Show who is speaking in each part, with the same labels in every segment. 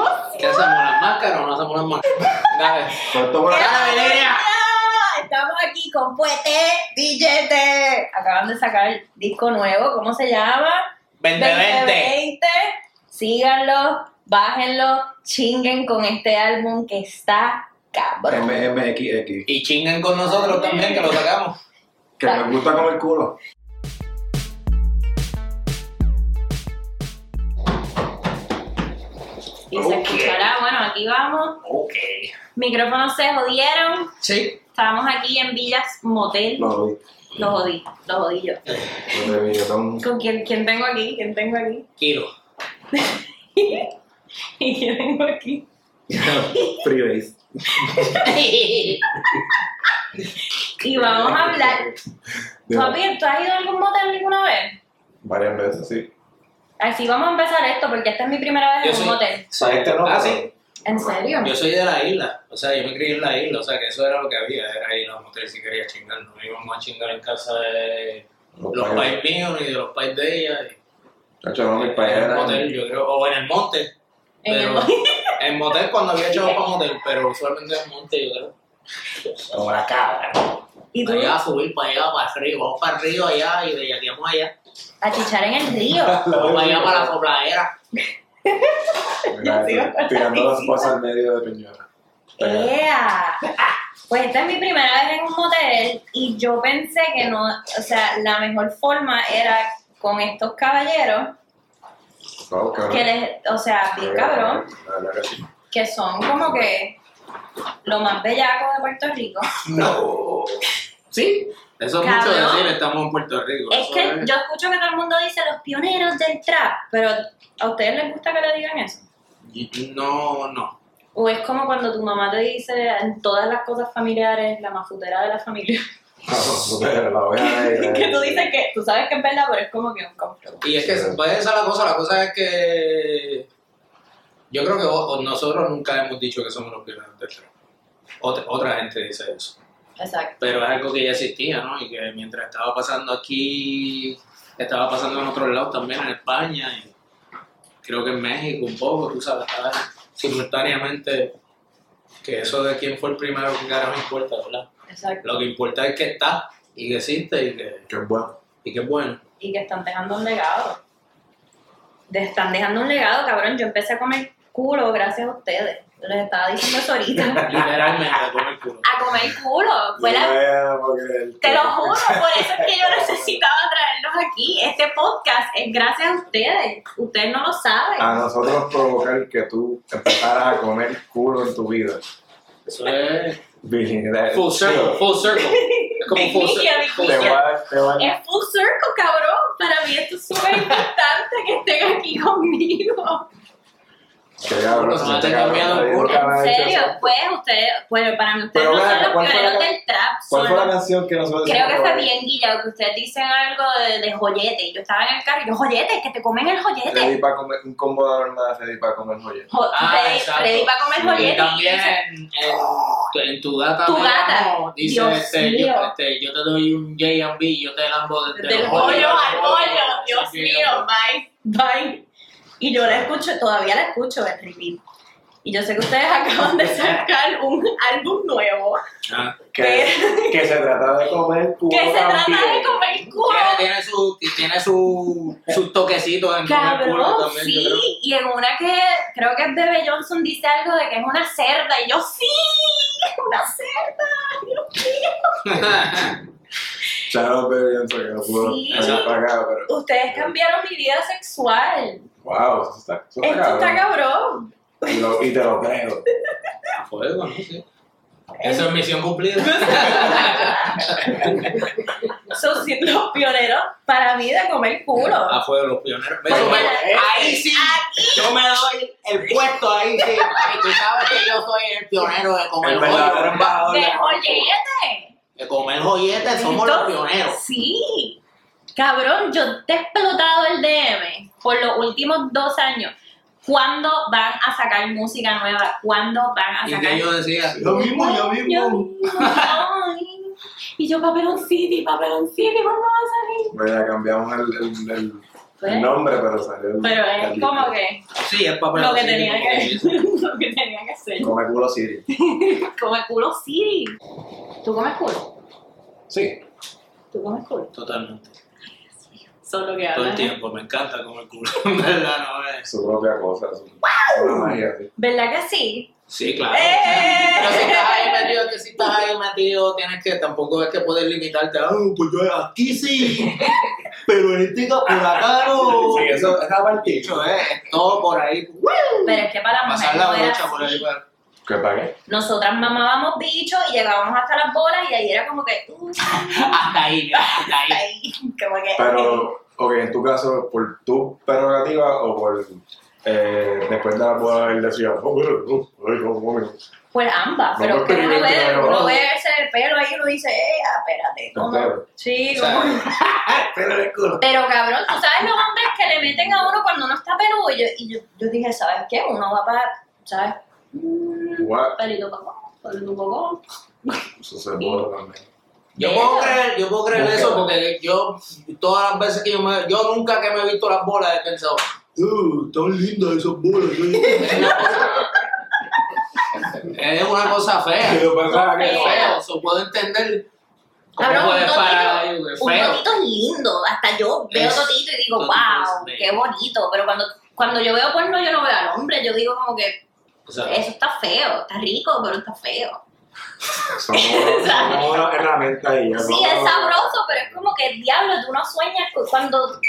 Speaker 1: hacemos las máscaras o no hacemos las máscaras? Dale.
Speaker 2: Corto por acá.
Speaker 1: ¡Dale, Valeria!
Speaker 3: Estamos aquí con Fuete Billete. Acaban de sacar disco nuevo. ¿Cómo se llama?
Speaker 1: 2020.
Speaker 3: 2020. Síganlo, bájenlo, chinguen con este álbum que está cabrón.
Speaker 2: MMXX.
Speaker 1: Y chingan con nosotros también, que lo sacamos.
Speaker 2: Que me gusta con el culo.
Speaker 3: Y se escuchará. Bueno, aquí vamos.
Speaker 1: Ok.
Speaker 3: Micrófonos se jodieron.
Speaker 1: Sí.
Speaker 3: Estábamos aquí en Villas Motel.
Speaker 2: No lo vi.
Speaker 3: Lo jodí, lo jodí yo.
Speaker 2: No lo vi, yo tan-
Speaker 3: ¿Con quién, quién tengo aquí? ¿Quién tengo aquí?
Speaker 1: Kilo.
Speaker 3: ¿Y quién tengo aquí?
Speaker 2: Freebase.
Speaker 3: Y vamos a hablar.
Speaker 2: De-
Speaker 3: Papi, ¿tú has ido a algún motel alguna vez?
Speaker 2: Varias veces, sí.
Speaker 3: Así vamos a empezar esto, porque esta es mi primera vez en
Speaker 1: Yo
Speaker 3: un
Speaker 1: soy-
Speaker 3: motel.
Speaker 2: Este no,
Speaker 1: Ah,
Speaker 2: pero-
Speaker 1: sí.
Speaker 3: ¿En serio?
Speaker 1: Yo soy de la isla. O sea, yo me crié en la isla. O sea, que eso era lo que había. Era ahí los moteles si quería chingar. No íbamos a chingar en casa de
Speaker 2: Los
Speaker 1: los
Speaker 2: pais.
Speaker 1: pais míos ni de los pais de ella.
Speaker 2: Chacho, no, mis pais
Speaker 1: en el
Speaker 2: eran-
Speaker 1: motel, yo creo. O en el monte.
Speaker 3: En el
Speaker 1: Pero-
Speaker 3: motel.
Speaker 1: En motel cuando había echado para motel, pero usualmente en monte, yo creo. Ahora cabra.
Speaker 3: ¿Y tú?
Speaker 1: Allá a subir para allá, para arriba, vamos para arriba allá y bellaqueamos allá.
Speaker 3: A chichar en el río.
Speaker 1: Vamos allá para la pobladera.
Speaker 2: Mira,
Speaker 3: Sí,
Speaker 2: eso, Tirando las cosas al medio de piñona.
Speaker 3: Eh, ¡Ea! Pues esta es mi primera vez en un motel y yo pensé que no, o sea, la mejor forma era con estos caballeros
Speaker 2: No, cabrón. Eh,
Speaker 3: que les, o sea, bien cabrón,
Speaker 2: La verdad que sí.
Speaker 3: que son como que lo más bellaco de Puerto Rico.
Speaker 1: No. ¿Sí? Eso es mucho
Speaker 3: Cabrón.
Speaker 1: decir, estamos en Puerto Rico.
Speaker 3: Es
Speaker 1: eso
Speaker 3: que yo escucho que todo el mundo dice los pioneros del trap, pero ¿a ustedes les gusta que le digan eso?
Speaker 1: Y- No, no.
Speaker 3: O es como cuando tu mamá te dice en todas las cosas familiares, la mafutera de la familia,
Speaker 2: Pero la oveja negra,
Speaker 3: que tú
Speaker 2: eh.
Speaker 3: dices que tú sabes que es verdad, pero es como que un conflicto.
Speaker 1: Y es que
Speaker 2: Sí.
Speaker 1: pues esa es la cosa, la cosa es que yo creo que o- o nosotros nunca hemos dicho que somos los pioneros del trap. Otra, otra gente dice eso.
Speaker 3: Exacto.
Speaker 1: pero es algo que ya existía, ¿no? Y que mientras estaba pasando aquí, estaba pasando en otros lados también, en España, y creo que en México un poco, tú sabes, estaba simultáneamente que eso de quién fue el primero que carajo importa, ¿verdad?
Speaker 3: Exacto.
Speaker 1: Lo que importa es que está y que existe y que,
Speaker 2: Qué bueno.
Speaker 1: y que es bueno.
Speaker 3: Y que están dejando un legado. De- están dejando un legado, cabrón. Yo empecé a comer culo gracias a ustedes. Les estaba diciendo eso ahorita.
Speaker 1: Literalmente, con el culo.
Speaker 3: A comer culo. Fue la-
Speaker 2: Yeah, porque el-
Speaker 3: te lo juro, por eso es que yo necesitaba traerlos aquí. Este podcast es gracias a ustedes. Ustedes no lo saben.
Speaker 1: Ah,
Speaker 2: A nosotros provocar que tú empezaras a comer culo en tu vida.
Speaker 1: Eso es
Speaker 2: Virginidad.
Speaker 1: full circle, full circle. Es como full
Speaker 3: Big
Speaker 1: circle.
Speaker 3: Mickey,
Speaker 1: full
Speaker 3: Big
Speaker 2: Te
Speaker 1: circle.
Speaker 2: voy a dar- te voy a dar-
Speaker 3: Es full circle, cabrón. Para mí esto es súper importante que estén aquí conmigo.
Speaker 2: Qué cabrón,
Speaker 1: No, no
Speaker 2: este
Speaker 1: tengo
Speaker 2: cabrón
Speaker 1: miedo al
Speaker 2: nadie
Speaker 1: culo.
Speaker 2: nunca me
Speaker 3: En
Speaker 2: ha dicho
Speaker 3: serio,
Speaker 2: eso.
Speaker 3: pues ustedes, pues para mí ustedes
Speaker 2: Pero
Speaker 3: no
Speaker 2: bueno,
Speaker 3: son los
Speaker 2: ¿cuál fue
Speaker 3: pioneros
Speaker 2: la-
Speaker 3: del trap.
Speaker 2: ¿Cuál
Speaker 3: son
Speaker 2: fue la
Speaker 3: los-
Speaker 2: canción que nosotros
Speaker 3: Creo que
Speaker 2: hicimos?
Speaker 3: fue bien guillado que ustedes dicen algo de, de joyete. Yo estaba en el carro y yo, joyete, que te comen el joyete.
Speaker 2: Freddy para comer un combo de armas, Freddy para comer joyas.
Speaker 3: Jo-
Speaker 1: Ah,
Speaker 3: Freddy-
Speaker 1: exacto.
Speaker 3: Freddy va a comer joyete.
Speaker 1: Y también en, en- en tu gata.
Speaker 3: Tu
Speaker 1: de
Speaker 3: gata.
Speaker 1: amor, Dice,
Speaker 3: Dios
Speaker 1: este,
Speaker 3: mío.
Speaker 1: Yo, este, yo te doy un J&B, yo te lambo desde
Speaker 3: Del
Speaker 1: el
Speaker 3: pollo
Speaker 1: hoyo
Speaker 3: al pollo. Dios mío, bye, bye. Y yo la escucho, todavía la escucho en repeat. Y yo sé que ustedes acaban de sacar un álbum nuevo
Speaker 1: Ah,
Speaker 2: Que, que se trata de comer culo
Speaker 3: que se trata de
Speaker 2: también.
Speaker 3: comer culo.
Speaker 1: tiene, tiene su, tiene su, su toquecito en el culo
Speaker 3: Cabrón,
Speaker 1: también, yo creo.
Speaker 3: sí. Y en una que creo que es Bebe Johnson dice algo de que es una cerda. Y yo, sí, es una cerda. Dios mío.
Speaker 2: Charo bebiendo que no pudo
Speaker 3: Sí.
Speaker 2: venir para acá, pero.
Speaker 3: Ustedes cambiaron mi vida sexual.
Speaker 2: Wow, eso está, eso
Speaker 3: Esto está cabrón.
Speaker 2: Y, lo- y te lo creo.
Speaker 1: A fuego, ¿no? Sí. Eso es misión cumplida.
Speaker 3: Son siendo los pioneros para mí de comer culo.
Speaker 1: A fuego, los pioneros.
Speaker 3: Porque
Speaker 1: Eso me-
Speaker 3: la-
Speaker 1: ahí eh, sí, yo me doy el puesto ahí. Sí. Ay, Tú sabes que yo soy el pionero de comer
Speaker 2: El verdadero
Speaker 1: hoyo.
Speaker 2: embajador.
Speaker 3: ¡De
Speaker 2: la-
Speaker 3: joyete!
Speaker 1: De comer joyetes somos los
Speaker 3: Entonces,
Speaker 1: pioneros.
Speaker 3: Sí. Cabrón, yo te he explotado el DM por los últimos dos años. ¿Cuándo van a sacar música nueva? ¿Cuándo van a
Speaker 1: Y
Speaker 3: sacar
Speaker 1: que yo decía,
Speaker 2: Lo mismo,
Speaker 3: Yo-
Speaker 2: lo mismo.
Speaker 3: ay. Y yo, Papelón City, Papelón City, ¿cuándo va a salir?
Speaker 2: Mira, cambiamos el, el, el
Speaker 3: pues,
Speaker 2: el nombre, pero salió. el-
Speaker 3: pero es
Speaker 2: el-
Speaker 3: como que
Speaker 1: Sí, es papel.
Speaker 3: lo que
Speaker 1: así,
Speaker 3: tenía
Speaker 1: como
Speaker 3: que,
Speaker 1: dice.
Speaker 3: lo que tenía que hacer.
Speaker 2: Come culo Siri.
Speaker 3: Come culo, sí. ¿Tú comes culo?
Speaker 2: Sí.
Speaker 3: ¿Tú comes culo?
Speaker 1: Totalmente.
Speaker 3: Solo que
Speaker 1: Todo el
Speaker 3: hablas. ¿eh?
Speaker 1: tiempo, me encanta comer culo. En verdad, no es.
Speaker 2: Su propia cosa. Su... Una magia. sí.
Speaker 3: ¿Verdad que sí?
Speaker 1: Sí, claro. Pero si estás ahí
Speaker 3: ¡Eh!
Speaker 1: metido, que si estás ahí metido, tienes que, tampoco es que puedes limitarte a, "Ah, pues yo aquí sí, pero en este caso por acá no.
Speaker 2: Sí, eso es
Speaker 1: Dicho, eh, es todo por ahí.
Speaker 3: Pero es que para la mujer
Speaker 1: Pasar
Speaker 3: no
Speaker 1: la
Speaker 3: era
Speaker 1: brocha por
Speaker 3: así.
Speaker 1: ahí. para-
Speaker 2: ¿Qué pagué?
Speaker 3: Nosotras mamábamos bichos y llegábamos hasta las bolas y ahí era como que... uh,
Speaker 1: Hasta ahí, mira, hasta ahí.
Speaker 3: ahí, como que...
Speaker 2: Pero, ok, en tu caso, ¿por tu prerrogativa o por. Eh, después de la boda, él decía. "Oh, bueno, oh, ay, no, bueno".
Speaker 3: Pues ambas,
Speaker 2: No,
Speaker 3: pero
Speaker 2: porque
Speaker 3: que uno
Speaker 2: viven
Speaker 3: ve,
Speaker 2: claro.
Speaker 3: uno ve ese el pelo ahí y uno dice, eh, espérate, ¿cómo?
Speaker 2: Espérate.
Speaker 3: Sí,
Speaker 1: O sea,
Speaker 3: como...
Speaker 1: Pero el culo.
Speaker 3: Pero cabrón, tú sabes los hombres que le meten a uno cuando uno está peludo. Y yo, y yo, yo dije, ¿sabes qué? Uno va para, ¿sabes? Mm,
Speaker 2: What?
Speaker 3: Pelito poco, pelito poco.
Speaker 2: Eso se puede también.
Speaker 1: Yo
Speaker 3: Mira.
Speaker 1: puedo creer, yo puedo creer
Speaker 2: Nunca.
Speaker 1: eso porque yo todas las veces que yo me yo nunca que me he visto las bolas he pensado, "Uh, tan lindas esas bolas. ¿no?" es una cosa fea.
Speaker 2: Yo pensaba que
Speaker 1: Es
Speaker 2: no.
Speaker 1: feo, eso puedo entender. cómo
Speaker 3: Cabrón, un
Speaker 1: puede parar ahí,
Speaker 3: totito,
Speaker 1: güey,
Speaker 3: un
Speaker 1: feo.
Speaker 3: totito es lindo. Hasta yo veo
Speaker 1: Es-
Speaker 3: totito y digo,
Speaker 1: totito
Speaker 3: wow,
Speaker 1: es bello".
Speaker 3: qué bonito. Pero cuando, cuando yo veo porno, yo no veo al hombre. Yo digo como que,
Speaker 1: O sea,
Speaker 3: eso está feo, está rico, pero está feo.
Speaker 2: Son una, son una herramienta y ya,
Speaker 3: Sí,
Speaker 2: no-
Speaker 3: es sabroso, pero es como que, diablo, tú no sueñas cu- cuando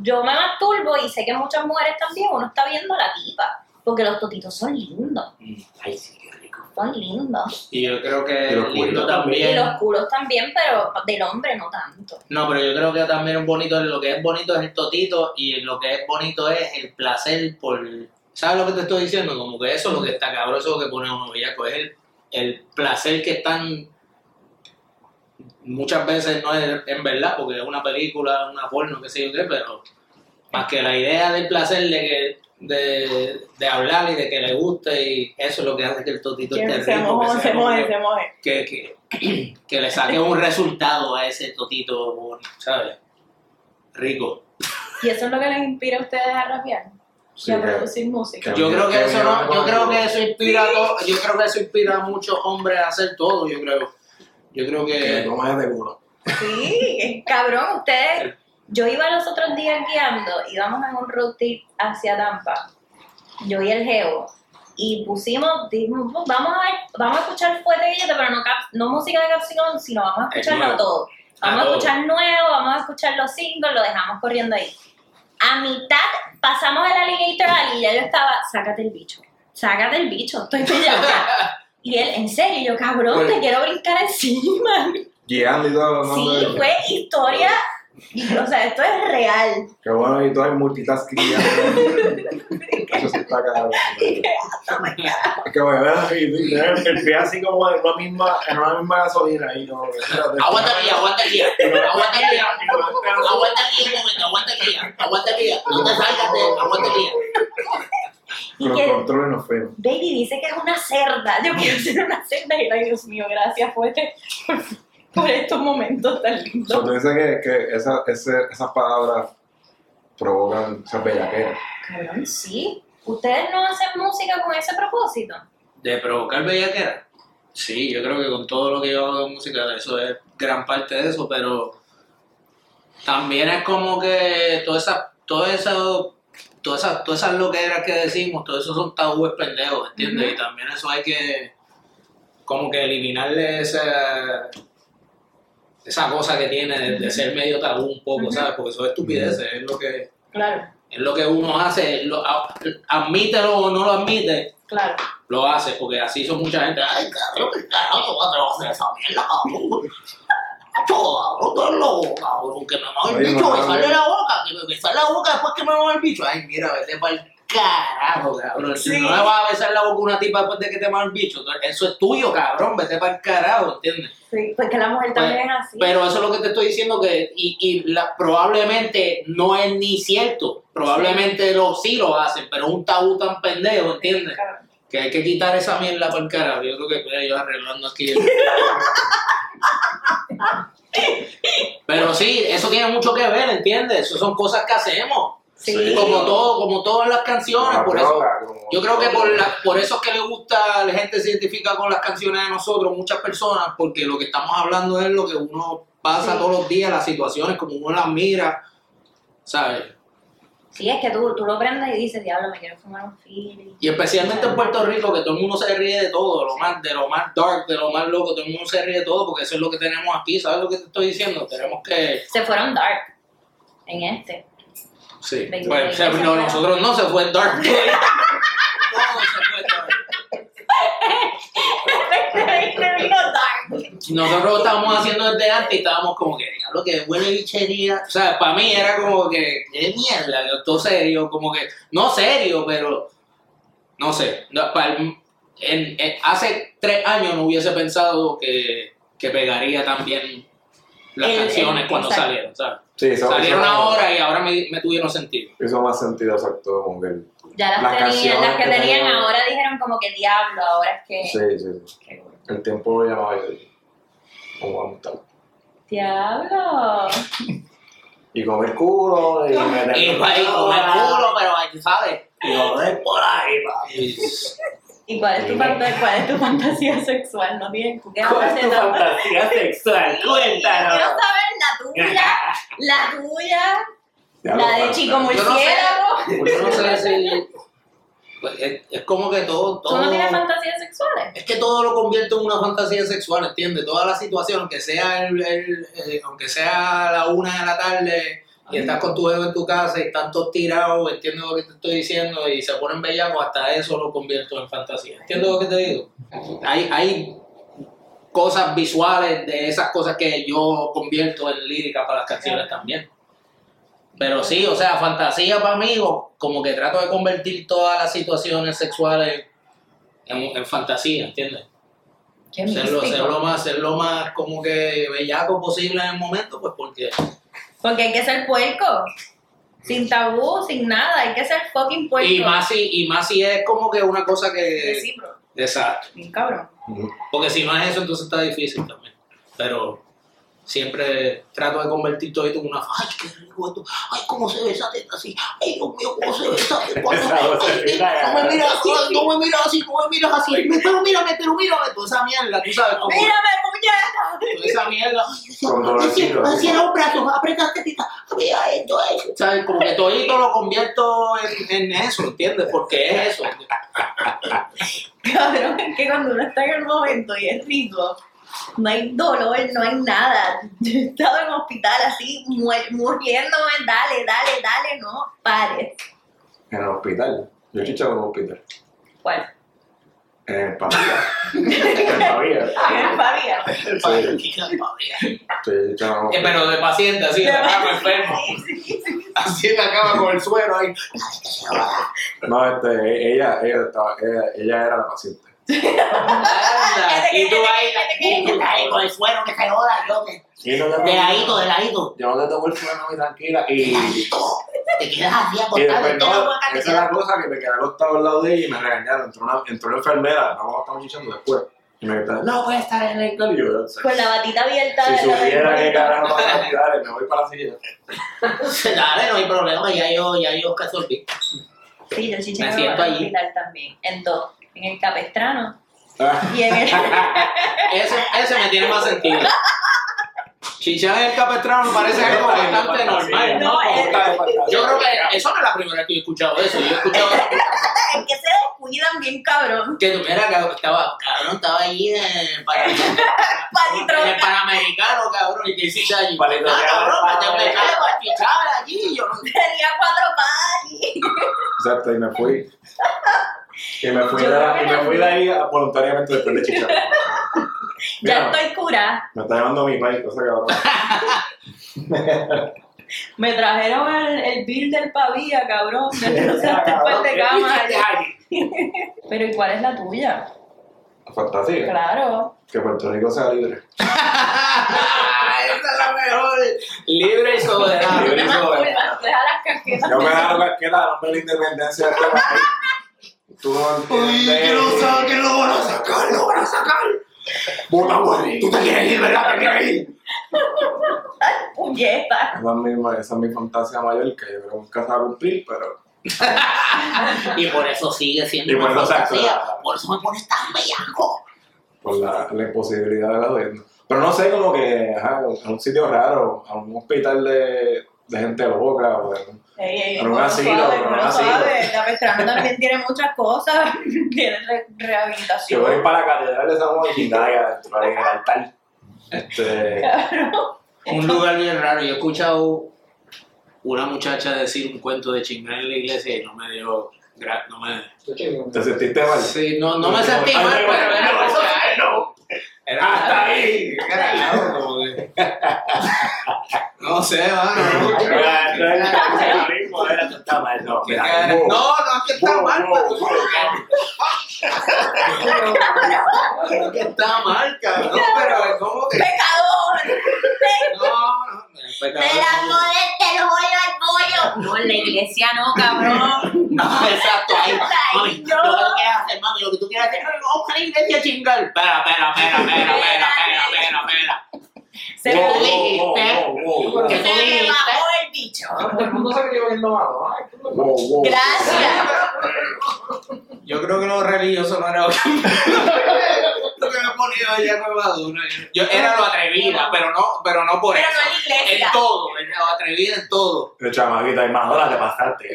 Speaker 3: yo me masturbo y sé que muchas mujeres también, uno está viendo a la tipa. Porque los totitos son lindos,
Speaker 1: mm, ay, sí, qué rico.
Speaker 3: son lindos.
Speaker 1: Y yo creo que
Speaker 2: Y los
Speaker 1: es lindo
Speaker 2: culos.
Speaker 1: también.
Speaker 3: Y los culos también, pero del hombre no tanto.
Speaker 1: No, pero yo creo que también es bonito, lo que es bonito es el totito y lo que es bonito es el placer por... ¿Sabes lo que te estoy diciendo? Como que eso es lo que está cabroso que pone uno bellaco, es el, el placer que están... Muchas veces no es en verdad, porque es una película, una porno, qué sé yo qué, pero más que la idea del placer de que... De, de hablar y de que le guste y eso es lo que hace que el totito esté rico, que sea como que-
Speaker 3: moje.
Speaker 1: que, que, que le saque un resultado a ese totito, bon- ¿sabes? Rico.
Speaker 3: ¿Y eso es lo que les inspira a ustedes a rapear?
Speaker 2: Sí,
Speaker 3: y a
Speaker 2: que-
Speaker 3: producir música.
Speaker 2: Pero
Speaker 1: Yo creo que
Speaker 2: que
Speaker 1: eso
Speaker 2: me
Speaker 1: no,
Speaker 2: hago
Speaker 1: yo creo
Speaker 2: algo.
Speaker 1: que eso inspira a to- yo creo que eso inspira a muchos hombres a hacer todo, yo creo. Yo creo
Speaker 2: Que
Speaker 1: que
Speaker 2: eh, no me de culo.
Speaker 3: Sí, cabrón, ustedes. Yo iba los otros días guiando, íbamos en un road trip hacia Tampa, yo y el Geo, y pusimos, dijimos, "Pues, vamos a, vamos a escuchar Fuerte Billete, pero no, cap- no música de canción, sino vamos a
Speaker 1: Es
Speaker 3: escucharlo
Speaker 1: nuevo.
Speaker 3: todo.
Speaker 1: Ah,
Speaker 3: Vamos a
Speaker 1: todo.
Speaker 3: escuchar nuevo, vamos a escuchar los singles, lo dejamos corriendo ahí. A mitad pasamos el Alligator Alley y ya yo estaba, sácate el bicho, sácate el bicho, estoy pillada. y él, en serio, yo, cabrón, te
Speaker 1: Pues,
Speaker 2: Bueno.
Speaker 3: quiero brincar encima.
Speaker 2: Guiando y todo. no
Speaker 3: Sí,
Speaker 2: sé.
Speaker 3: fue historia. O sea, esto es real.
Speaker 2: Qué bueno, y todo es multitasking. ya, ¿no? Eso se está cagando. Es que bueno,
Speaker 4: Estoy así como en una misma, en una misma gasolina y no. espérate.
Speaker 1: aguanta aquí, aguanta aquí, aguanta aquí,
Speaker 4: Espérate.
Speaker 1: aguanta aquí un momento, aguanta aquí, aguanta aquí, no te salgas de, aguanta aquí.
Speaker 3: Y
Speaker 2: los
Speaker 3: que
Speaker 2: controles nos fuimos.
Speaker 3: Baby dice que es una cerda. Yo quiero ser una cerda. Y yo, ay, Dios mío, gracias por, este- por estos momentos tan
Speaker 2: O sea,
Speaker 3: lindos.
Speaker 2: tú dices que, que esa, ese, esas palabras provocan esas bellaqueras.
Speaker 3: Cabrón, sí. ¿Ustedes no hacen música con ese propósito?
Speaker 1: De provocar bellaquera. Sí, yo creo que con todo lo que yo hago de música, eso es gran parte de eso, pero también es como que todas esas, todo eso, todas esas, todas esas loqueras que decimos, todo eso son tabúes pendejos, ¿entiendes?
Speaker 3: Ujú.
Speaker 1: Y también eso hay que como que eliminarle esa, esa cosa que tiene de, de ser medio tabú un poco,
Speaker 3: Ujú.
Speaker 1: ¿sabes? Porque eso es estupidez, es lo que,
Speaker 3: Claro,
Speaker 1: es lo que uno hace, lo, a- admítelo o no lo admite,
Speaker 3: claro.
Speaker 1: lo hace, porque así hizo mucha gente. Ay, cabrón, qué carajo, voy a trabajar esa mierda, cabrón. Yo, cabrón, tú eres loco, cabrón, que me mame
Speaker 2: Oye,
Speaker 1: el bicho,
Speaker 2: no,
Speaker 1: me
Speaker 2: no,
Speaker 1: sale
Speaker 2: no.
Speaker 1: la boca, que me besar la boca después que me mame el bicho. Ay, mira, vete para el carajo, cabrón. Si
Speaker 3: Sí.
Speaker 1: no le vas a besar la boca a una tipa después de que te mame el bicho, eso es tuyo, cabrón, vete para el carajo, ¿entiendes?
Speaker 3: Sí, porque la mujer también es así.
Speaker 1: Pero eso es lo que te estoy diciendo que y, y la- probablemente no es ni cierto. Probablemente lo, sí lo hacen, pero es un tabú tan pendejo, ¿entiendes?
Speaker 3: Cabrón.
Speaker 1: Que hay que quitar esa mierda por cara. Yo creo que mira, yo arreglando aquí. Pero sí, eso tiene mucho que ver, ¿entiendes? Eso son cosas que hacemos.
Speaker 3: Sí.
Speaker 1: Como todo, como todas las canciones,
Speaker 2: Como
Speaker 1: por
Speaker 2: la
Speaker 1: eso.
Speaker 2: Ah, droga, como-
Speaker 1: Yo creo que por, la- por eso es que le gusta, la gente se identifica con las canciones de nosotros, muchas personas, porque lo que estamos hablando es lo que uno pasa
Speaker 3: Sí.
Speaker 1: todos los días, las situaciones, como uno las mira, ¿sabes?
Speaker 3: Sí, es que tú, tú lo prendes y dices, diablo, me quiero fumar un fili.
Speaker 1: Y especialmente en Puerto Rico, que todo el mundo se ríe de todo, de lo más, de lo más dark, de lo más loco, todo el mundo se ríe de todo, porque eso es lo que tenemos aquí, ¿sabes lo que te estoy diciendo? Tenemos que...
Speaker 3: Se fueron dark en este.
Speaker 1: Sí.
Speaker 3: Venga,
Speaker 1: Bueno,
Speaker 3: venga,
Speaker 1: o sea,
Speaker 3: se
Speaker 1: no,
Speaker 3: fue.
Speaker 1: nosotros no se fue dark. todo se fue dark.
Speaker 3: Este vino dark.
Speaker 1: Nosotros estábamos haciendo desde antes y estábamos como que, lo que huele bichería. O sea, para mí era como que, qué mierda, yo todo serio, como que, no serio, pero, no sé. No, pa- en- en- hace tres años no hubiese pensado que, que pegaría también las
Speaker 3: El- el-
Speaker 1: canciones cuando
Speaker 3: exacto.
Speaker 1: salieron, ¿sabes?
Speaker 2: Sí, eso,
Speaker 1: Salieron
Speaker 2: eso-
Speaker 1: ahora y ahora me, me tuvieron sentido.
Speaker 2: Eso más sentido, exacto, como que. el-
Speaker 3: Ya
Speaker 2: Las
Speaker 3: las, tenían, las
Speaker 2: canciones
Speaker 3: que
Speaker 2: que
Speaker 3: tenían
Speaker 2: tenían.
Speaker 3: ahora dijeron como que diablo, ahora es que...
Speaker 2: Sí, sí. sí.
Speaker 3: que-
Speaker 2: El tiempo lo llamaba yo. dije, Como vamos tal.
Speaker 3: Diablo.
Speaker 2: Y comer culo. Y, meter-
Speaker 1: Y pa- y con el culo, pero ahí, ¿sabes? Y lo ves por ahí, papi.
Speaker 3: ¿Y cuál es tu, fanta- cuál es tu fantasía sexual? No tienes que
Speaker 5: ¿Cuál es tu fantasía sexual?
Speaker 3: Quiero
Speaker 5: Cuéntanos.
Speaker 3: saber la tuya, la tuya,
Speaker 2: Ya lo
Speaker 3: la de
Speaker 2: falta.
Speaker 3: Chico
Speaker 1: Yo no sé.
Speaker 3: Murciélago.
Speaker 1: Pues yo no sé si. pues es, es como que todo.
Speaker 3: ¿Tú
Speaker 1: todo
Speaker 3: no tienes fantasías sexuales?
Speaker 1: es que todo lo convierto en una fantasía sexual, ¿entiendes? Toda la situación, aunque sea el, el- eh, aunque sea la una de la tarde y estás con tu jefe en tu casa y están todos tirados, entiendo lo que te estoy diciendo y se ponen bellacos, hasta eso lo convierto en fantasía. ¿Entiendes lo que te digo? Hay, hay cosas visuales de esas cosas que yo convierto en lírica para las canciones también. Pero sí, o sea, fantasía para mí, o como que trato de convertir todas las situaciones sexuales en, en fantasía, ¿entiendes?
Speaker 3: Qué
Speaker 1: Ser lo, ser
Speaker 3: místico.
Speaker 1: lo más, ser lo más como que bellaco posible en el momento, pues porque
Speaker 3: Porque hay que ser puerco. Sin tabú, sin nada. Hay que ser fucking puerco.
Speaker 1: y más si, y más si es como que una cosa que
Speaker 3: Recíproco.
Speaker 1: exacto.
Speaker 3: Bien cabrón.
Speaker 1: Porque si no es eso, entonces está difícil también. Pero siempre trato de convertir todo esto en una ay qué rico esto, ay cómo se ve esa teta así, ay Dios mío, cómo se ve esa teta, cuando-
Speaker 5: Esa voz
Speaker 1: ay,
Speaker 5: es la-
Speaker 1: no me miras así, ay, no me miras así, no me miras así, pero mírame, pero mírame, toda esa mierda, tú sabes, como-
Speaker 3: ¡Mírame, puñeta!
Speaker 1: toda esa mierda,
Speaker 2: Con dolorcito. así.
Speaker 1: un brazo, apretaste tita, mira esto, esto. ¿Sabes? Como que todito lo convierto en, en eso, ¿entiendes? Porque es eso. Eh,
Speaker 3: Cabrón, es que cuando uno está en el momento y es rico, no hay dolor, no hay nada. Yo he estado en hospital así, muer- muriéndome, dale, dale, dale, no pares.
Speaker 2: En el hospital. Yo chichaba en el hospital.
Speaker 3: ¿Cuál?
Speaker 2: En el papilla. En el papilla.
Speaker 3: Ah, Fabia.
Speaker 2: Sí, yo chichaba en el
Speaker 1: Eh,
Speaker 2: hospital.
Speaker 1: Pero de paciente, así en la cama, enfermo. Así en la cama con el suero ahí.
Speaker 2: No, este, ella, ella, estaba, ella, ella era la paciente.
Speaker 1: Anda, Y tú ahí.
Speaker 5: Ay, Con el suero que se joda, yo me-
Speaker 2: Sí, no, yo no-
Speaker 5: De ladito, de ladito.
Speaker 2: Yo no te toco el suelo muy tranquila. Y,
Speaker 5: Te quedas así
Speaker 2: y
Speaker 5: acostado.
Speaker 2: después,
Speaker 5: entero,
Speaker 2: no,
Speaker 5: aguacate.
Speaker 2: esa es la cosa que me quedé acostado al lado de ella y me regañaron. Entró una, entró una enfermera, no vamos a estar chichando después. Y me gritaron, no puedes estar en el club. Y yo,
Speaker 3: Con la batita abierta.
Speaker 2: si
Speaker 3: de la-
Speaker 2: supiera qué carajo van a tirar, me voy para la silla.
Speaker 1: Dale, no hay problema, ya yo, ya yo casi olvidé.
Speaker 3: Sí, yo chiché
Speaker 1: Me
Speaker 3: en el
Speaker 1: siento allí.
Speaker 3: hospital también. En dos. En el capestrano
Speaker 2: Ah,
Speaker 3: y en el...
Speaker 1: Ese, ese me tiene más sentido. Chichar en el capestrano parece algo bastante normal, ¿no?
Speaker 3: No,
Speaker 1: Como
Speaker 3: es-
Speaker 1: tal. Yo creo que eso no es la primera vez que yo he escuchado eso. Yo he escuchado
Speaker 3: es que se descuidan bien cabrón.
Speaker 1: que tuviera que estaba, cabrón, estaba allí en para, en el
Speaker 3: Palitronca.
Speaker 1: Panamericano, cabrón, y que hiciste allí. Ah,
Speaker 5: Palitroca.
Speaker 1: cabrón, para que me caiga para chichar allí. Yo no sé.
Speaker 3: Tenía cuatro palis.
Speaker 2: Exacto, y me fui. Y me fui,
Speaker 3: Yo
Speaker 2: de, la-
Speaker 3: creo
Speaker 2: y
Speaker 3: que
Speaker 2: me fui de ahí a- voluntariamente después de chichar.
Speaker 3: Ya
Speaker 2: Mira,
Speaker 3: estoy curada.
Speaker 2: me está llamando mi país, cosa cabrón.
Speaker 3: Me trajeron el, el bill del pavía, cabrón. Desde los después de cama. Pero ¿y cuál es la tuya?
Speaker 2: Fantasía.
Speaker 3: Claro.
Speaker 2: Que Puerto Rico sea libre.
Speaker 1: Ah, Esa es la mejor. Libre y soberano.
Speaker 2: Libre y soberano.
Speaker 3: Deja las casquetas.
Speaker 2: Yo me dejaron la que la hombre, la independencia de este país. Tú no entiendes.
Speaker 1: que lo van a sacar, lo van a sacar.
Speaker 2: Puta, güey, tú te quieres ir, ¿verdad? Te quieres ir.
Speaker 3: puñeta.
Speaker 2: Esa es, mi, esa es mi fantasía mayor que yo creo que nunca se va a cumplir, pero
Speaker 5: Y por eso sigue siendo
Speaker 2: Y
Speaker 5: una
Speaker 2: bueno, exacto.
Speaker 5: fantasía. Por eso me pones tan bellaco.
Speaker 2: por la, la imposibilidad de la duenda. Pero no sé, como que ajá, a un sitio raro, a un hospital de, de gente loca o de,
Speaker 3: Ey, ey,
Speaker 2: Pero un
Speaker 3: uno
Speaker 2: asilo,
Speaker 3: suave,
Speaker 2: pero un
Speaker 3: uno
Speaker 2: asilo.
Speaker 3: suave. La Vestrana también tiene muchas cosas. Tiene re-
Speaker 2: Yo voy
Speaker 3: rehabilitación.
Speaker 2: para la catedral de San Juan y nada, adentro ahí en el altar. Este,
Speaker 6: Un lugar bien raro. Yo he escuchado una muchacha decir un cuento de chingar en la iglesia y no me dio. gra- No me,
Speaker 2: ¿Te sentiste mal?
Speaker 6: sí, no, no me sentí mal,
Speaker 1: pues,
Speaker 6: pero era como que, ay, no. Era hasta ahí. Era al lado, como que-
Speaker 1: No sé, mano.
Speaker 2: No,
Speaker 1: Qué cara. No, no, es que está mal, pues,
Speaker 3: pues,
Speaker 1: pero- No, es que está mal, cabrón. Pero es como que.
Speaker 3: ¡Pecador!
Speaker 1: No, no, pues, no, es pecado.
Speaker 5: moleste el hoyo al pollo.
Speaker 3: No, en la iglesia no, cabrón.
Speaker 5: No, exacto, ahí.
Speaker 3: Ay,
Speaker 5: Mami,
Speaker 3: no.
Speaker 5: lo que tú quieras hacer, mami, lo que tú quieras hacer. Ay, Vamos a la iglesia a chingar. Espera, espera, espera, espera, espera, espera, espera, espera.
Speaker 3: Se
Speaker 5: Wow,
Speaker 3: me-
Speaker 5: wow,
Speaker 3: se
Speaker 2: Oh.
Speaker 5: ¿Qué tú
Speaker 3: me
Speaker 5: dijiste?
Speaker 3: bajó el bicho.
Speaker 7: Todo el mundo se quedó viendo malo. Ay, qué loco.
Speaker 2: Oh.
Speaker 3: Gracias.
Speaker 1: Yo creo que lo religioso no era lo que lo que me ponía allá con Maduro. Yo era lo atrevida, pero no, pero no por
Speaker 3: Pero
Speaker 1: eso.
Speaker 3: no en la iglesia.
Speaker 1: En todo, en lo atrevida en todo.
Speaker 2: El chamaquito, hay más horas de pasarte.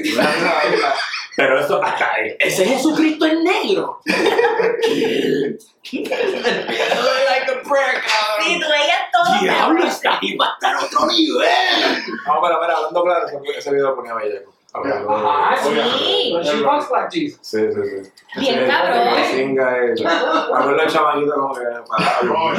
Speaker 2: Pero eso hasta ahí.
Speaker 5: Ese Jesucristo es negro.
Speaker 1: like a prayer,
Speaker 3: Si tú veías todo.
Speaker 5: Diablo, está ahí va a estar otro nivel.
Speaker 2: No, pero, pero hablando claro, ese, ese video ponía bellaco. Hablando-
Speaker 7: Ajá,
Speaker 2: Oiga,
Speaker 3: sí.
Speaker 7: But she walks like Jesus.
Speaker 2: Sí, sí, sí.
Speaker 3: Bien
Speaker 2: Sí,
Speaker 3: cabrón.
Speaker 2: la singa, eh. Me acuerdo el chamaquito como que parado.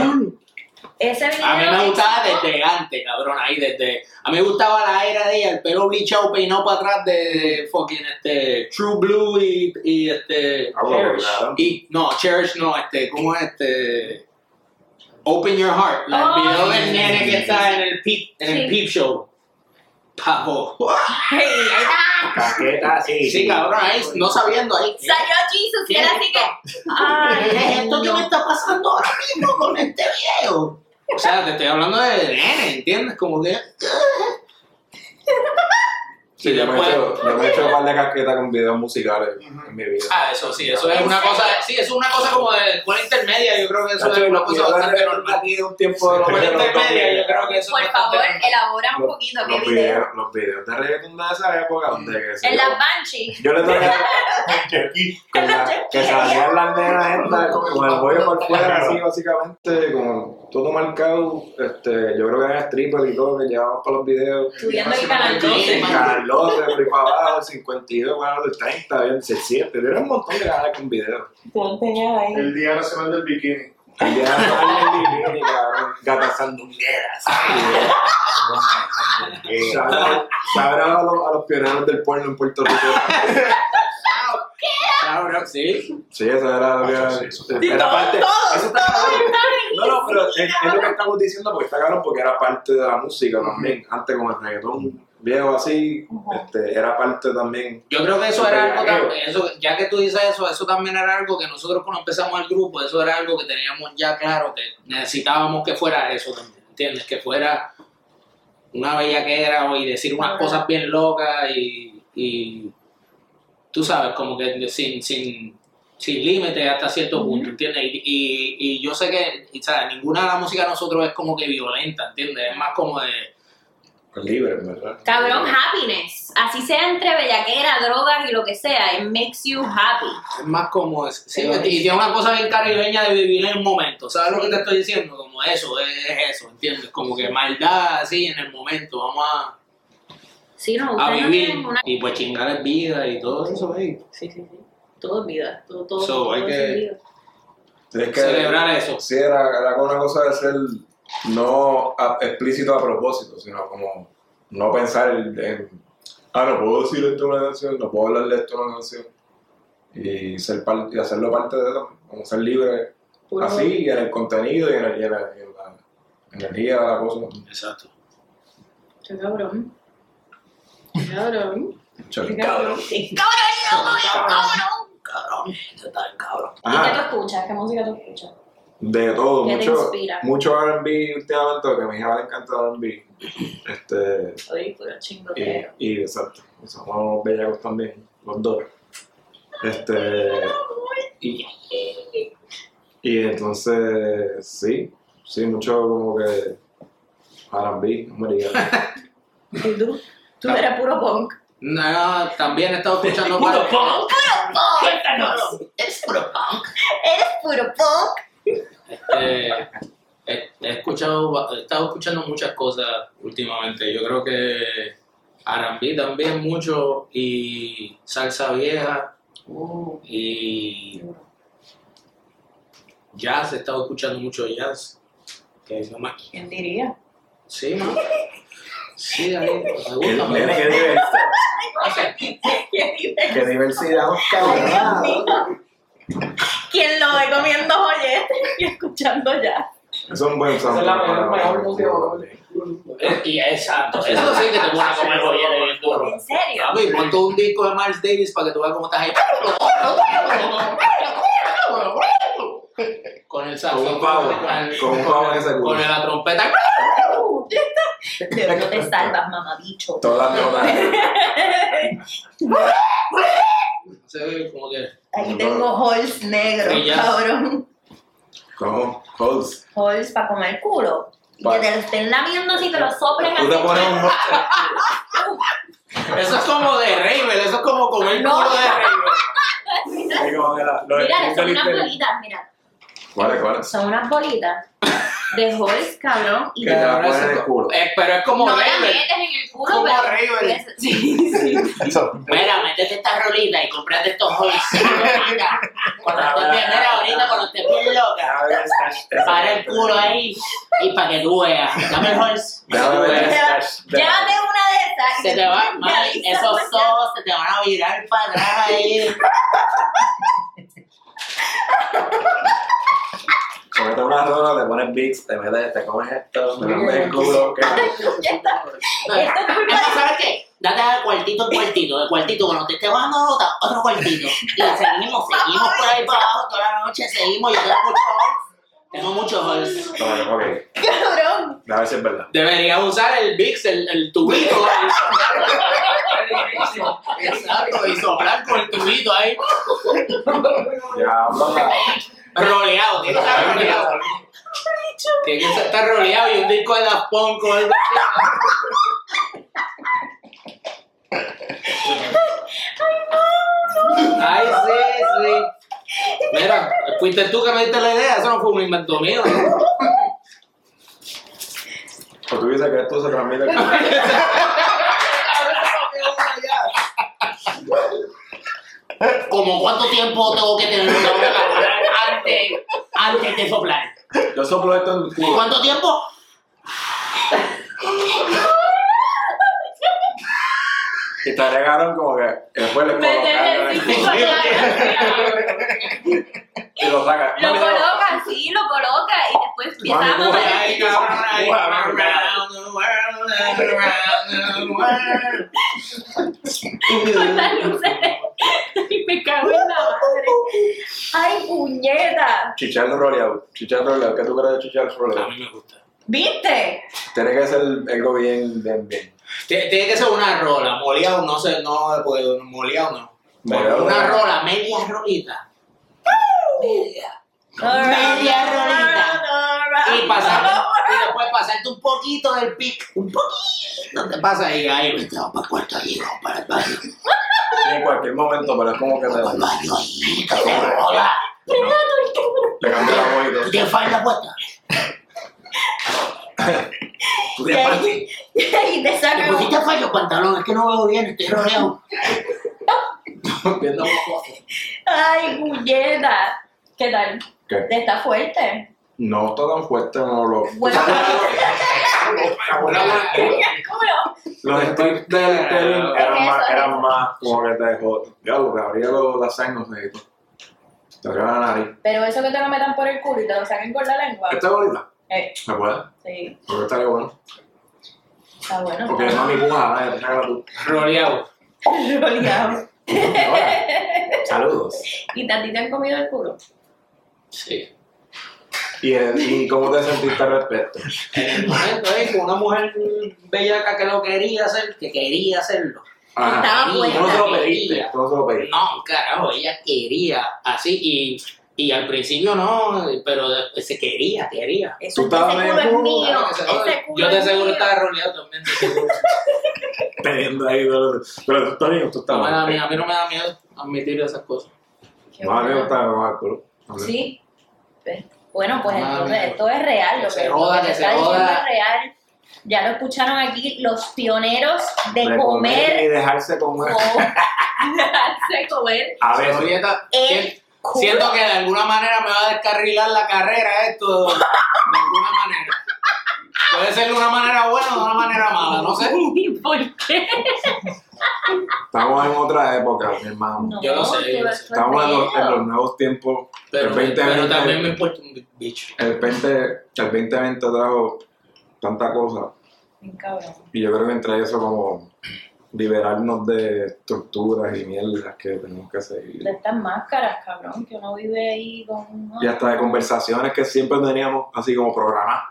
Speaker 3: Ese video.
Speaker 5: A mí me gustaba
Speaker 3: existe.
Speaker 5: desde antes, cabrón, ahí desde.
Speaker 1: A mí me gustaba la era de ella, el pelo bleachado, peinado para atrás de, de fucking este, True Blue y, y este.
Speaker 2: Ah, bueno, claro.
Speaker 1: Y, no, Cherish no, este, ¿cómo es este? Open Your Heart, la, el
Speaker 3: Oh,
Speaker 1: video del
Speaker 3: sí,
Speaker 1: nene
Speaker 3: sí,
Speaker 1: que
Speaker 3: sí,
Speaker 1: está en el peep, en el
Speaker 3: Sí.
Speaker 1: peep show. Pavo.
Speaker 3: Ey, ahí está.
Speaker 2: Caqueta, sí.
Speaker 1: Sí, cabrón, ahí, no sabiendo ahí.
Speaker 3: Salió Jesus y era así que. Ay,
Speaker 5: ¿Qué es esto que
Speaker 3: no.
Speaker 5: me está pasando ahora mismo con este video?
Speaker 1: O sea, te estoy hablando de nene, ¿entiendes? Como que.
Speaker 2: Sí, yo me he hecho, yo me he hecho un par de casquetas con videos musicales en mi vida.
Speaker 1: Ah, eso sí, eso es
Speaker 3: ¿En
Speaker 1: una
Speaker 3: serio?
Speaker 1: cosa, sí, eso es una cosa como de escuela intermedia, yo creo que eso es
Speaker 2: Nacho,
Speaker 1: una
Speaker 2: los
Speaker 1: cosa
Speaker 2: videos
Speaker 1: bastante
Speaker 2: de
Speaker 1: normal.
Speaker 2: aquí de un tiempo de los
Speaker 1: Escuela
Speaker 2: de los
Speaker 1: intermedia,
Speaker 2: 2000.
Speaker 1: yo creo que eso es
Speaker 3: Por
Speaker 1: bastante
Speaker 3: favor,
Speaker 1: normal.
Speaker 3: elabora un
Speaker 2: Los-
Speaker 3: poquito qué
Speaker 2: Los
Speaker 3: video.
Speaker 2: videos, los videos de reggaeton de esa época, donde que se-
Speaker 3: En las Banshee.
Speaker 2: Yo le toqué con la, que salían las nenas estas con el bollo por fuera, así básicamente, como todo marcado, este, yo creo que eran strippers y todo, que llevábamos para los videos.
Speaker 3: Subiendo el canal 12.
Speaker 2: Canal 12, por ahí para abajo, el 52, bueno, el 30, el 17, era un montón de ganas con videos.
Speaker 7: El Día Nacional del Bikini.
Speaker 2: Y ya salen y vienen, cabrón, gatas sandungueras. Sabrá- Sabrá a los, a los pioneros del pueblo en Puerto Rico.
Speaker 1: Cabrón, sí.
Speaker 2: Sí, esa era la
Speaker 7: Ah,
Speaker 2: era,
Speaker 7: sí, sí, sí.
Speaker 2: era parte. eso está cabrón. No, no, pero es, es lo que
Speaker 3: Cabrón.
Speaker 2: estamos diciendo porque está cabrón porque era parte de la música también. Antes con el reggaetón viejo así, este, era parte también.
Speaker 1: Yo creo que eso
Speaker 2: Pero
Speaker 1: era algo
Speaker 2: ya,
Speaker 1: también, eso, ya que tú dices eso, eso también era algo que nosotros cuando empezamos el grupo, eso era algo que teníamos ya claro, que necesitábamos que fuera eso también, ¿entiendes? Que fuera una bellaquera o- y decir unas cosas bien locas y, y tú sabes, como que sin, sin, sin límite hasta cierto punto, ¿entiendes? Y, y, y yo sé que, y, ¿sabes? Ninguna de la música de nosotros es como que violenta, ¿entiendes? Es más como de...
Speaker 2: Libre, en ¿verdad?
Speaker 3: Cabrón, happiness. Así sea entre bellaquera, drogas y lo que sea, it makes you happy.
Speaker 1: Es más como es. Sí, y tiene una cosa bien caribeña de vivir en el momento. ¿Sabes lo que te estoy diciendo? Como eso, es, es eso, ¿entiendes? Como que maldad así en el momento. Vamos a,
Speaker 3: Sí, no,
Speaker 1: a
Speaker 3: ustedes no
Speaker 1: vivir.
Speaker 3: tienen una...
Speaker 1: Y pues chingar es vida y todo eso ahí.
Speaker 3: Sí, sí, sí. Todo es vida. Todo, todo,
Speaker 1: So,
Speaker 3: todo
Speaker 1: hay
Speaker 3: es
Speaker 1: que-
Speaker 3: vida.
Speaker 2: Es que
Speaker 1: Celebrar eso.
Speaker 2: sí era, era una cosa de ser no a- explícito a propósito, sino como no pensar en, en, ah, no puedo decir esto en una canción, no puedo hablar de esto en una canción. Y, ser par- y hacerlo parte de eso, como ser libre
Speaker 3: Puro-
Speaker 2: así, y en el contenido y en, el- y en la- y en la energía de la cosa.
Speaker 6: Exacto.
Speaker 3: Qué cabrón. Qué cabrón.
Speaker 2: Chévere.
Speaker 3: Qué cabrón. Qué Cabrón, no, no, cabrón.
Speaker 5: Cabrón, esto está bien, cabrón.
Speaker 3: ¿Y qué tú
Speaker 2: Ajá,
Speaker 3: escuchas? ¿Qué música tú escuchas?
Speaker 2: de todo,
Speaker 3: ¿Qué te
Speaker 2: mucho,
Speaker 3: inspira?
Speaker 2: mucho RB últimamente, porque a mi hija le encanta el RB. Este,
Speaker 3: Oye, puro
Speaker 1: Eh.
Speaker 3: chingoteo.
Speaker 2: y, y exacto, somos bellacos también, los dos. Este, y, y entonces, sí, sí, mucho como que RB, americano.
Speaker 3: ¿Y tú? Tú eres puro punk.
Speaker 1: No, también he estado escuchando
Speaker 5: Puro
Speaker 1: varios,
Speaker 5: punk.
Speaker 3: ¡Cuéntanos!
Speaker 5: Es puro punk.
Speaker 3: ¿Eres puro punk?
Speaker 6: Este, he, he escuchado, ba- he estado escuchando muchas cosas últimamente. Yo creo que Arambí también mucho y salsa vieja y jazz. He estado escuchando mucho jazz. Que es lo más.
Speaker 3: ¿Quién diría?
Speaker 6: Sí, ¿no? Sí, ahí me
Speaker 2: Qué-
Speaker 6: gusta.
Speaker 2: qué-
Speaker 6: me gusta.
Speaker 2: qué nivel-
Speaker 3: ¿Quién diría?
Speaker 2: qué diversidad,
Speaker 3: Ay, Dios
Speaker 2: cabrón.
Speaker 3: mío. ¿Quién lo ve comiendo joyetes y escuchando ya?
Speaker 2: Es un buen
Speaker 7: Esa es la
Speaker 2: soundtrack
Speaker 7: mejor,
Speaker 2: para-
Speaker 7: mejor música.
Speaker 6: Eh, Y exacto, eso sí que te pone a comer bollete bien duro.
Speaker 3: ¿En serio?
Speaker 2: Ah.
Speaker 1: Papi, ponte un disco de Miles Davis para que tú veas cómo estás ahí. Con el
Speaker 2: Con
Speaker 1: saxofón.
Speaker 2: un pavo, con un pavo en ese culo.
Speaker 1: Con la trompeta.
Speaker 3: Pero no te salvas, mamabicho.
Speaker 2: Todas las notas.
Speaker 6: Se ve como que.
Speaker 3: Aquí tengo holes negros,
Speaker 6: Brillas.
Speaker 3: cabrón.
Speaker 2: ¿Cómo? Holes.
Speaker 3: Holes para comer culo. Y que
Speaker 2: Vale.
Speaker 3: te lo estén lamiendo así, te lo soplen
Speaker 2: Tú te
Speaker 3: así.
Speaker 2: pones un monstruo.
Speaker 1: Eso es como de Ravel, eso es como comer
Speaker 3: No.
Speaker 1: culo de Ravel.
Speaker 2: Ahí como que la- lo del
Speaker 3: Mira,
Speaker 2: punto
Speaker 3: son unas
Speaker 2: limpio.
Speaker 3: bolitas, mira.
Speaker 2: ¿Cuál es? ¿Cuál es?
Speaker 3: Son unas bolitas de holes, cabrón. Y
Speaker 2: Que te la
Speaker 1: Ahora
Speaker 2: pones en
Speaker 1: eso-
Speaker 2: el culo.
Speaker 1: Eh, pero es como
Speaker 3: no la
Speaker 1: Ravel.
Speaker 3: metes en el culo,
Speaker 1: Como
Speaker 3: pero...
Speaker 1: Raven.
Speaker 3: Sí, sí.
Speaker 5: Mira, métete esta rolita y comprate estos joycitos, manga. Cuando estés bien, mira, ahorita cuando estés bien loca. Para el culo ahí y para que tú veas. Dame el horse.
Speaker 2: Déjame ver el stash.
Speaker 3: Llévate una de esas. y
Speaker 5: Se te va, mami,
Speaker 3: realizas
Speaker 5: esos
Speaker 3: mañana.
Speaker 5: ojos se te van a virar para atrás ahí.
Speaker 2: Comete una rola, te pones beats, te metes, te comes esto, te metes el culo. que-
Speaker 3: Ya está. Esto es culpa
Speaker 5: Eso, ¿sabes qué? Date a cuartito en cuartito, de cuartito, cuando te esté bajando la nota, otro cuartito. Y seguimos, seguimos por ahí para abajo toda la noche, seguimos, yo tengo mucho holes. Tengo muchos holes.
Speaker 2: Bueno, ok.
Speaker 3: de cabrón.
Speaker 2: A ver si es verdad.
Speaker 1: Deberías usar el Vicks, el, el tubito. el- Exacto, y soplar con el tubito ahí.
Speaker 2: Ya, vamos.
Speaker 1: Roleado, tiene que estar roleado. Tiene que estar roleado y un disco de la Punk o algo así. Ay, sí, sí. Mira, fuiste tú que me diste la idea, eso no fue un invento mío.
Speaker 2: Pues tú dices que esto se transmite. como-
Speaker 5: Como cuánto tiempo tengo que tener una boca hablar antes, antes de soplar.
Speaker 2: Yo soplo esto en el culo.
Speaker 5: ¿Cuánto tiempo?
Speaker 2: Y te regaron como que después le
Speaker 3: Meter el
Speaker 2: colocas.
Speaker 3: cinco allá.
Speaker 2: Y lo sacas.
Speaker 3: Lo coloca, sí, lo coloca. Y después empieza a
Speaker 2: Mami,
Speaker 3: mamar.
Speaker 1: Ay, cabrón, ay, cabrón, round the world, round the world.
Speaker 3: con las luces. Y me cago en la madre. Ay, puñeta.
Speaker 2: Chicharro roleado. Chicharro roleado. ¿Qué tú crees de chicharro
Speaker 6: A
Speaker 2: roleado?
Speaker 6: mí me gusta.
Speaker 3: ¿Viste?
Speaker 2: Tiene que ser algo bien, bien, bien.
Speaker 1: Tiene, tiene que ser una rola, moleado no sé, no puedo, moleado no.
Speaker 2: Moleado.
Speaker 1: una rola, media rolita. Media.
Speaker 5: Media rolita.
Speaker 1: Y, pasar, y después pasarte un poquito del pic, un poquito, te pasa ahí, ahí,
Speaker 5: Te vamos para el cuarto ahí, vamos para el baño,
Speaker 2: Sí, en cualquier momento, pero es como que
Speaker 5: para el
Speaker 2: te,
Speaker 5: baño ahí, te rola.
Speaker 2: te cambia la voz y todo.
Speaker 5: ¿Tú tienes falda puesta?
Speaker 2: Tú
Speaker 3: Y
Speaker 2: te partes.
Speaker 3: ahí- y ahí te
Speaker 5: ¿Te
Speaker 3: saca
Speaker 5: pusiste falda o pantalón? Es que no veo bien, estoy rodeado.
Speaker 1: viendo
Speaker 3: Ay, puñeta. ¿Qué tal?
Speaker 2: ¿Qué?
Speaker 3: Está fuerte.
Speaker 2: No está tan fuerte, no lo.
Speaker 3: Bueno,
Speaker 1: una buena-
Speaker 3: culo.
Speaker 2: Los streams del Sterling eran
Speaker 3: Eso,
Speaker 2: más,
Speaker 3: eso.
Speaker 2: eran más como que te dejó. Ya lo que abría los las senos de esto. Te abría la nariz.
Speaker 3: Pero eso que te lo metan por el culo y te lo saquen con la lengua.
Speaker 2: Esta es bonita.
Speaker 3: Eh,
Speaker 2: ¿Me puede?
Speaker 3: sí,
Speaker 2: Porque estaría bueno.
Speaker 3: está bueno.
Speaker 2: Porque es mami puja, eh, sácala tú.
Speaker 1: roleado.
Speaker 3: Roleado.
Speaker 2: Hola. Saludos.
Speaker 3: ¿Y a ti te han comido el culo?
Speaker 1: Sí.
Speaker 2: ¿Y, en- y cómo te sentiste al respecto?
Speaker 1: En el momento, eh, con una mujer bellaca que lo quería hacer, que quería hacerlo.
Speaker 2: Ajá.
Speaker 3: Estaba buena.
Speaker 2: Tú no se lo pediste, tú no se lo pediste.
Speaker 1: No, carajo, ella quería así y, y al principio no, pero después se quería, quería.
Speaker 3: Eso,
Speaker 2: Tú
Speaker 3: ese
Speaker 2: estabas
Speaker 3: culo es
Speaker 2: bien,
Speaker 3: mío.
Speaker 1: Claro que se jode.
Speaker 3: Ese culo
Speaker 1: Yo de
Speaker 3: es
Speaker 1: seguro
Speaker 3: mío.
Speaker 1: estaba roleado también. de seguro.
Speaker 2: Teniendo ahí dolores. Pero tú estás bien, tú estás
Speaker 1: No me da
Speaker 2: mal.
Speaker 1: miedo, a mí no me da miedo admitir esas cosas.
Speaker 3: Qué
Speaker 2: No, a mí
Speaker 3: bueno.
Speaker 2: me está mal, culo. A mí.
Speaker 3: Sí. Pues, Bueno, pues
Speaker 1: Madre
Speaker 3: entonces
Speaker 1: mía.
Speaker 3: esto es real, lo
Speaker 1: Que
Speaker 3: que,
Speaker 1: se
Speaker 3: lo
Speaker 1: joda,
Speaker 3: que
Speaker 1: que
Speaker 3: se
Speaker 1: se
Speaker 3: está diciendo
Speaker 1: joda.
Speaker 3: es real. Ya lo escucharon aquí los pioneros de,
Speaker 2: De
Speaker 3: comer
Speaker 2: y dejarse comer.
Speaker 3: o dejarse comer
Speaker 2: A
Speaker 1: Pero,
Speaker 2: veces.
Speaker 1: Julieta,
Speaker 3: el
Speaker 1: sien-
Speaker 3: culo.
Speaker 1: siento que de alguna manera me va a descarrilar la carrera esto, de alguna manera. Puede ser de una manera buena o de una manera mala, no sé.
Speaker 3: ¿Por qué?
Speaker 2: Estamos en otra época, mi hermano.
Speaker 3: No,
Speaker 1: Yo lo sé,
Speaker 3: qué
Speaker 1: yo lo sé.
Speaker 2: Estamos en los, en
Speaker 3: barbero.
Speaker 2: los nuevos tiempos.
Speaker 1: Pero,
Speaker 2: el 2020,
Speaker 1: pero también me importa un bi- bicho.
Speaker 2: el 20 el 2020 trajo tanta cosa.
Speaker 3: Bien cabrón.
Speaker 2: Y yo creo que entre eso como liberarnos de estructuras y mierdas que tenemos que seguir.
Speaker 3: De estas máscaras, cabrón, que uno vive ahí con
Speaker 2: Y hasta de conversaciones que siempre teníamos así como programadas.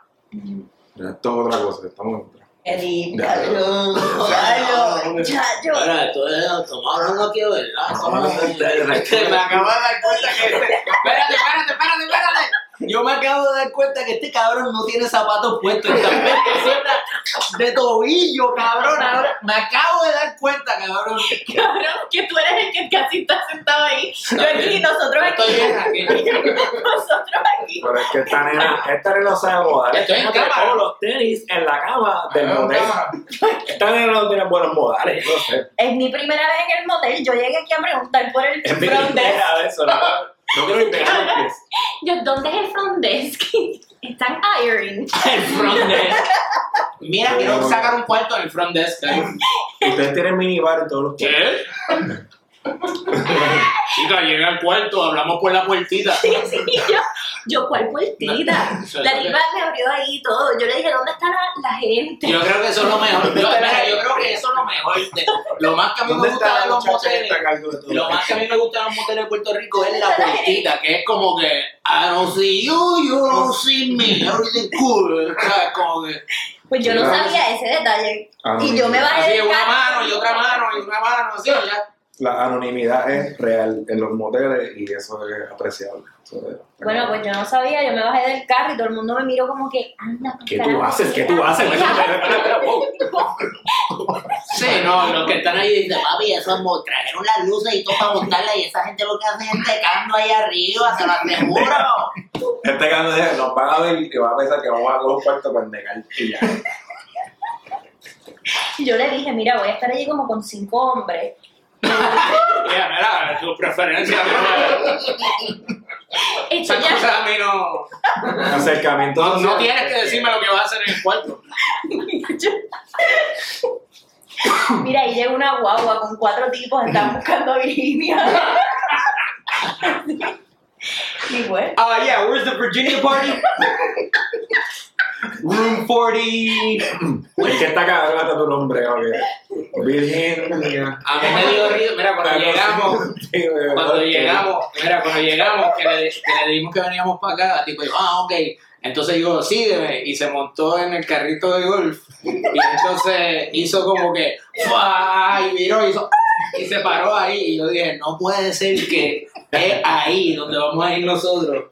Speaker 2: Pero Esto es otra cosa, estamos en otra.
Speaker 3: Edith,
Speaker 2: Ya.
Speaker 3: cabrón. Ay, yo, ya, yo.
Speaker 1: Ahora, tú eres automóvil, no quiero verla. Me
Speaker 2: Pero
Speaker 1: acabo de dar cuenta que este... Espérate, espérate, espérate, espérate. Yo me acabo de dar cuenta que este cabrón no tiene zapatos puestos. Está en camiseta de tobillo, cabrón. Ahora me acabo de dar cuenta, cabrón.
Speaker 3: Cabrón, que tú eres el que casi está sentado ahí. Yo aquí, nosotros
Speaker 1: Yo estoy
Speaker 3: aquí.
Speaker 1: bien aquí.
Speaker 3: Nosotros aquí.
Speaker 2: es que esta nena, esta nena sabe moda.
Speaker 1: Estoy en cámara.
Speaker 2: Como los tenis en la cama del motel. Esta nena no tiene buenos modales. No sé.
Speaker 3: Es mi primera vez en el motel. Yo llegué aquí a preguntar por el
Speaker 2: Es mi
Speaker 3: front desk.
Speaker 2: idea de eso. No, no quiero interrumpir.
Speaker 3: Yo, ¿dónde es el front desk? Están hiring.
Speaker 1: El front desk. Mira, quiero sacar un cuarto en el front desk. ¿eh?
Speaker 2: Ustedes tienen minibar en todos los tiempos.
Speaker 1: ¿Qué? Chica, llega al cuarto, hablamos por la puertita.
Speaker 3: Sí, sí, yo, yo, ¿cuál puertita? La tipa me abrió ahí todo. Yo le dije, ¿dónde está la, la gente?
Speaker 1: Yo creo que eso es lo mejor. Yo, mira, yo creo que eso es lo mejor. de- lo más que a mí me gusta de los moteles.
Speaker 2: cargo de todo
Speaker 1: Lo más que a mí me gusta de los moteles de Puerto Rico es la puertita, que es como que I don't see you, you don't see me, everything cool. O sea, como que
Speaker 3: Pues yo no
Speaker 2: Claro.
Speaker 3: sabía ese detalle.
Speaker 2: Ah,
Speaker 3: Y yo me bajé
Speaker 1: así
Speaker 3: del
Speaker 1: una
Speaker 3: carro.
Speaker 1: mano y otra mano y una mano, así ya.
Speaker 2: La anonimidad es real en los moteles y eso es apreciable. Eso es-
Speaker 3: Bueno, pues yo no sabía, yo me bajé del carro y todo el mundo me miró como que, anda,
Speaker 2: ¿Qué tú haces? ¿Qué tú haces?
Speaker 1: Sí, no, los que están ahí
Speaker 5: Dice, papi, eso es mo- trajeron las luces y todo para montarla y esa gente lo que hace es tecando ahí arriba, se lo aseguro.
Speaker 2: Este cabrón dice, nos van a ver y va a pensar que vamos a coger un cuarto para negar y ya.
Speaker 3: Yo le dije, mira, voy a estar allí como con cinco hombres.
Speaker 1: Mira, mira, tu preferencia. mira.
Speaker 3: Esto
Speaker 1: Esas cosas
Speaker 3: ya,
Speaker 1: a mí no.
Speaker 2: Acercamiento.
Speaker 1: No, no
Speaker 2: social.
Speaker 1: tienes que decirme lo que vas a hacer en el cuarto.
Speaker 3: mira, ahí llega una guagua con cuatro tipos, están buscando a Virginia. y bueno,
Speaker 1: Ah, yeah, where's the Virginia party? Room 40.
Speaker 2: Es que está cabrón hasta tu nombre, ok. Virginia.
Speaker 1: A mí me dio risa, mira, cuando llegamos,
Speaker 2: Sí, de
Speaker 1: cuando
Speaker 2: verdad.
Speaker 1: llegamos, mira, cuando llegamos, que le, que le dijimos que veníamos para acá, tipo, yo, ah, ok. Entonces digo, sígueme, y se montó en el carrito de golf, y entonces hizo como que, ¡fua! y miró, hizo, ¡ah! y se paró ahí, y yo dije, no puede ser que es ahí donde vamos a ir nosotros.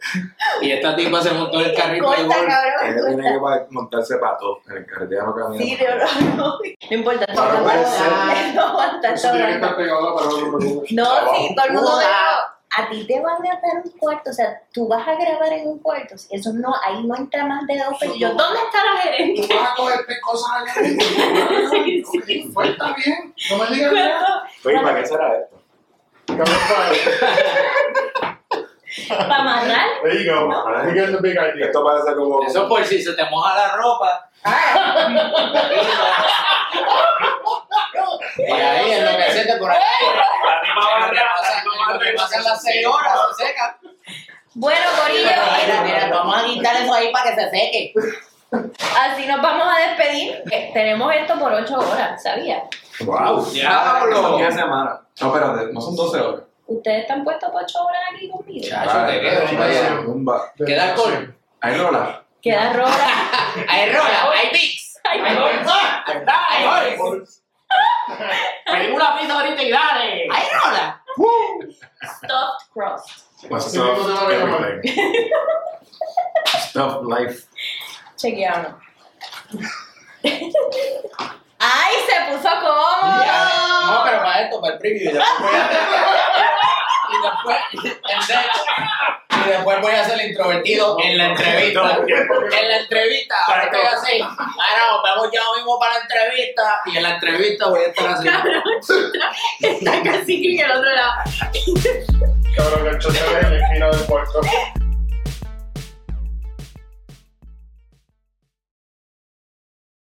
Speaker 1: Y esta tipa se montó en el carrito
Speaker 3: corta,
Speaker 1: de golf.
Speaker 2: Ella
Speaker 3: cabrón.
Speaker 2: tiene
Speaker 3: corta.
Speaker 2: que pa- montarse pato en el carretero que
Speaker 3: Sí, no, no, no. No importa, no
Speaker 2: Para
Speaker 3: aguanta,
Speaker 1: pensar.
Speaker 3: no aguanta,
Speaker 7: Pues
Speaker 3: está hablando.
Speaker 2: pegado para no preocupes.
Speaker 3: No, sí, todo el mundo
Speaker 1: Hola.
Speaker 3: me dijo, a ti te van a dar un cuarto, o sea, tú vas a grabar en un cuarto, eso no, ahí no entra más de dos personas. Yo, ¿dónde está la gerente?
Speaker 7: vas a coger tres cosas allá adentro.
Speaker 3: Sí, sí.
Speaker 7: Pues está bien, no me digas nada.
Speaker 3: Cuando-
Speaker 2: Oye, ¿para qué será esto?
Speaker 3: Para amarrar.
Speaker 7: There you go. You get the big idea.
Speaker 2: Esto parece como.
Speaker 1: Eso por si se te moja la ropa. Y ahí en lo que se te por ahí.
Speaker 2: La misma barra,
Speaker 1: Pasan- lo que pasan las seis horas, se seca.
Speaker 3: Bueno, Corillo,
Speaker 5: Mira, mira, vamos a quitar eso ahí para que se seque.
Speaker 3: así nos vamos a despedir. Eh, Tenemos esto por ocho horas, ¿sabía?
Speaker 2: ¡Wow!
Speaker 1: Diablo.
Speaker 2: Son 10 semanas. No, espérate, no son 12 horas.
Speaker 3: ¿Ustedes están puestos por ocho horas aquí conmigo?
Speaker 1: Chacho, te quedo,
Speaker 2: Vale,
Speaker 1: vaya.
Speaker 2: bomba.
Speaker 1: Queda con.
Speaker 2: Ahí no la.
Speaker 3: Queda roja.
Speaker 5: Hay rola, hay mix.
Speaker 3: Ay,
Speaker 5: Hay
Speaker 3: no.
Speaker 5: gols. Hay gols. Pedimos una pizza ahorita y dale. Hay rola.
Speaker 3: Stuffed crust.
Speaker 2: What's up? Everything. Stuff life.
Speaker 3: Chequeamos. ¡Ay, se puso cómodo!
Speaker 1: No, pero para esto, para el preview. Y después, y después, y después voy a ser el introvertido en la entrevista. En la entrevista, ahora estoy así. Ah, Ahora nos vemos ya mismo para la entrevista. Y en la entrevista voy a estar así.
Speaker 3: Cabrón, está, está casi que en el otro lado.
Speaker 7: Cabrón, el chocho.